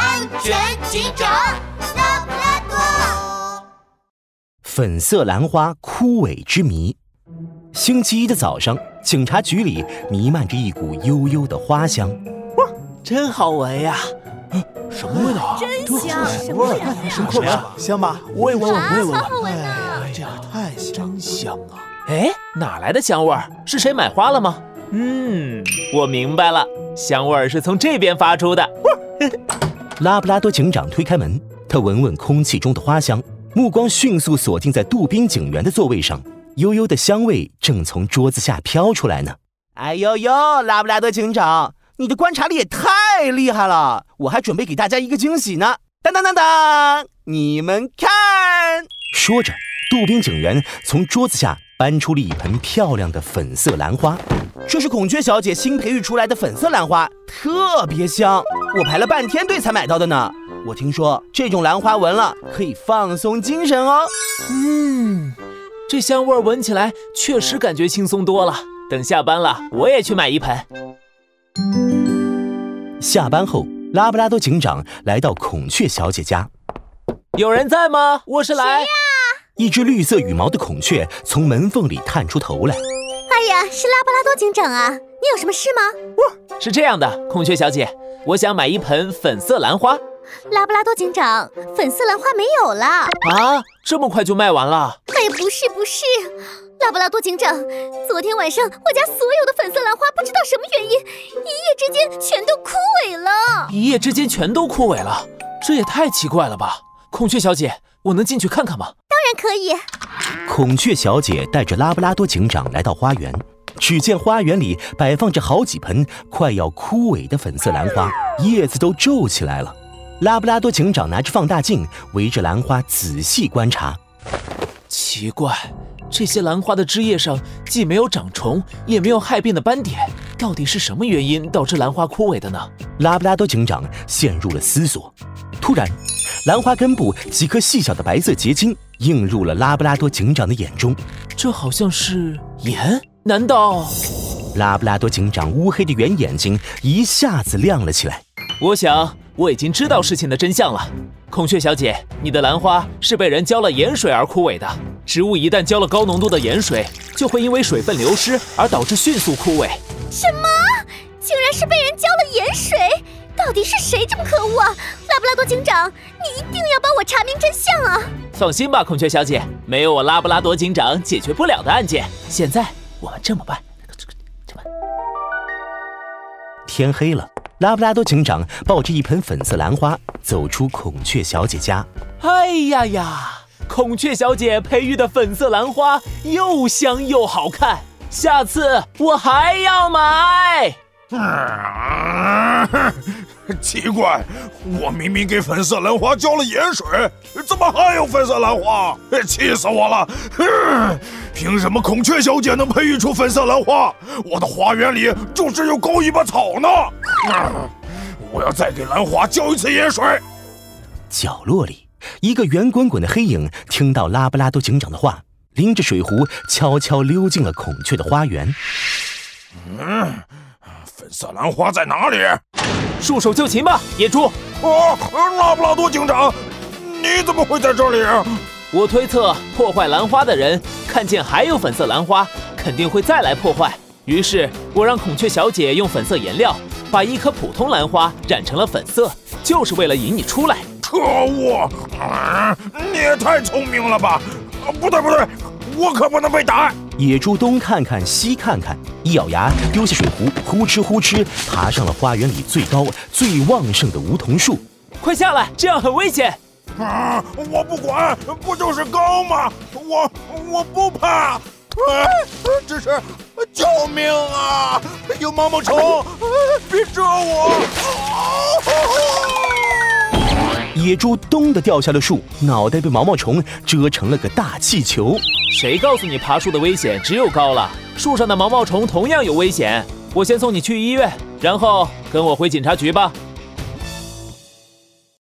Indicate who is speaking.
Speaker 1: 安全警长拉布拉多。
Speaker 2: 粉色兰花枯萎之谜。星期一的早上，警察局里弥漫着一股悠悠的花香。
Speaker 3: 真好闻呀！
Speaker 4: 什么味道啊？
Speaker 1: 真香
Speaker 4: 什
Speaker 1: 什
Speaker 4: 么
Speaker 1: 么
Speaker 4: 味
Speaker 1: 味
Speaker 4: 道
Speaker 1: 道
Speaker 4: 啊
Speaker 1: 啊？
Speaker 4: 什么
Speaker 3: 什
Speaker 4: 味
Speaker 3: 么味
Speaker 4: 道啊
Speaker 3: 道？
Speaker 4: 香吧？我也闻闻，我也闻
Speaker 1: 好
Speaker 4: 闻。
Speaker 1: 闻呐！
Speaker 4: 哎呀，太香，真香啊！
Speaker 3: 哎，哪来的香味儿？是谁买花了吗？嗯，我明白了，香味儿是从这边发出的。
Speaker 2: 拉布拉多警长推开门，他闻闻空气中的花香，目光迅速锁定在杜宾警员的座位上。悠悠的香味正从桌子下飘出来呢。哎呦呦，拉布拉多警长，你的观察力也太厉害了！我还准备给大家一个惊喜呢。当当当当，你们看！说着，杜宾警员从桌子下搬出了一盆漂亮的粉色兰花。这是孔雀小姐新培育出来的粉色兰花，特别香，我排了半天队才买到的呢。我听说这种兰花闻了可以放松精神哦。
Speaker 3: 嗯，这香味儿闻起来确实感觉轻松多了。等下班了，我也去买一盆。
Speaker 2: 下班后，拉布拉多警长来到孔雀小姐家，
Speaker 3: 有人在吗？卧室来。
Speaker 2: 一只绿色羽毛的孔雀从门缝里探出头来。
Speaker 1: 哎呀，是拉布拉多警长啊！你有什么事吗？
Speaker 3: 是这样的，孔雀小姐，我想买一盆粉色兰花。
Speaker 1: 拉布拉多警长，粉色兰花没有了。
Speaker 3: 啊，这么快就卖完了？
Speaker 1: 哎，不是不是，拉布拉多警长，昨天晚上我家所有的粉色兰花不知道什么原因，一夜之间全都枯萎了。
Speaker 3: 一夜之间全都枯萎了，这也太奇怪了吧！孔雀小姐，我能进去看看吗？
Speaker 1: 当然哎可以，
Speaker 2: 孔雀小姐带着拉布拉多警长来到花园，只见花园里摆放着好几盆快要枯萎的粉色兰花，叶子都皱起来了。拉布拉多警长拿着放大镜，围着兰花仔细观察。
Speaker 3: 奇怪，这些兰花的枝叶上既没有长虫，也没有害病的斑点，到底是什么原因导致兰花枯萎的呢？
Speaker 2: 拉布拉多警长陷入了思索。突然，兰花根部几颗细小的白色结晶映入了拉布拉多警长的眼中。
Speaker 3: 这好像是盐？难道
Speaker 2: 拉布拉多警长乌黑的圆眼睛一下子亮了起来。
Speaker 3: 我想我已经知道事情的真相了。孔雀小姐，你的兰花是被人浇了盐水而枯萎的。植物一旦浇了高浓度的盐水，就会因为水分流失而导致迅速枯萎。
Speaker 1: 竟然是被人浇了盐水，到底是谁这么可恶啊？拉布拉多警长，你一定要帮我查明真相啊！
Speaker 3: 放心吧，孔雀小姐，没有我拉布拉多警长解决不了的案件。现在我们这么办，
Speaker 2: 天黑了，拉布拉多警长抱着一盆粉色兰花走出孔雀小姐家。
Speaker 3: 哎呀呀！孔雀小姐培育的粉色兰花又香又好看，下次我还要买。
Speaker 4: 奇怪，我明明给粉色兰花浇了盐水，怎么还有粉色兰花？ 气死我了！ 哼凭什么孔雀小姐能培育出粉色兰花？我的花园里就只有狗尾巴草呢！ 啊我要再给兰花浇一次盐水。
Speaker 2: 角落里，一个圆滚滚的黑影听到拉布拉多警长的话，拎着水壶悄悄溜进了孔雀的花园。
Speaker 4: 粉色兰花在哪里？
Speaker 3: 束手就擒吧，野猪！
Speaker 4: 啊，拉布拉多警长，你怎么会在这里？
Speaker 3: 我推测，破坏兰花的人看见还有粉色兰花，肯定会再来破坏。于是，我让孔雀小姐用粉色颜料把一颗普通兰花染成了粉色，就是为了引你出来。
Speaker 4: 可恶！啊你也太聪明了吧！啊不对不对，我可不能被打！
Speaker 2: 野猪东看看西看看，一咬牙丢下水壶，呼哧呼哧爬上了花园里最高最旺盛的梧桐树。
Speaker 3: 快下来，这样很危险。
Speaker 4: 啊！我不管，不就是高吗？我我不怕。啊！只是救命啊！有毛毛虫，啊别蛰我！啊
Speaker 2: 野猪咚的掉下了树，脑袋被毛毛虫蛰成了个大气球。
Speaker 3: 谁告诉你爬树的危险只有高了？树上的毛毛虫同样有危险。我先送你去医院，然后跟我回警察局吧。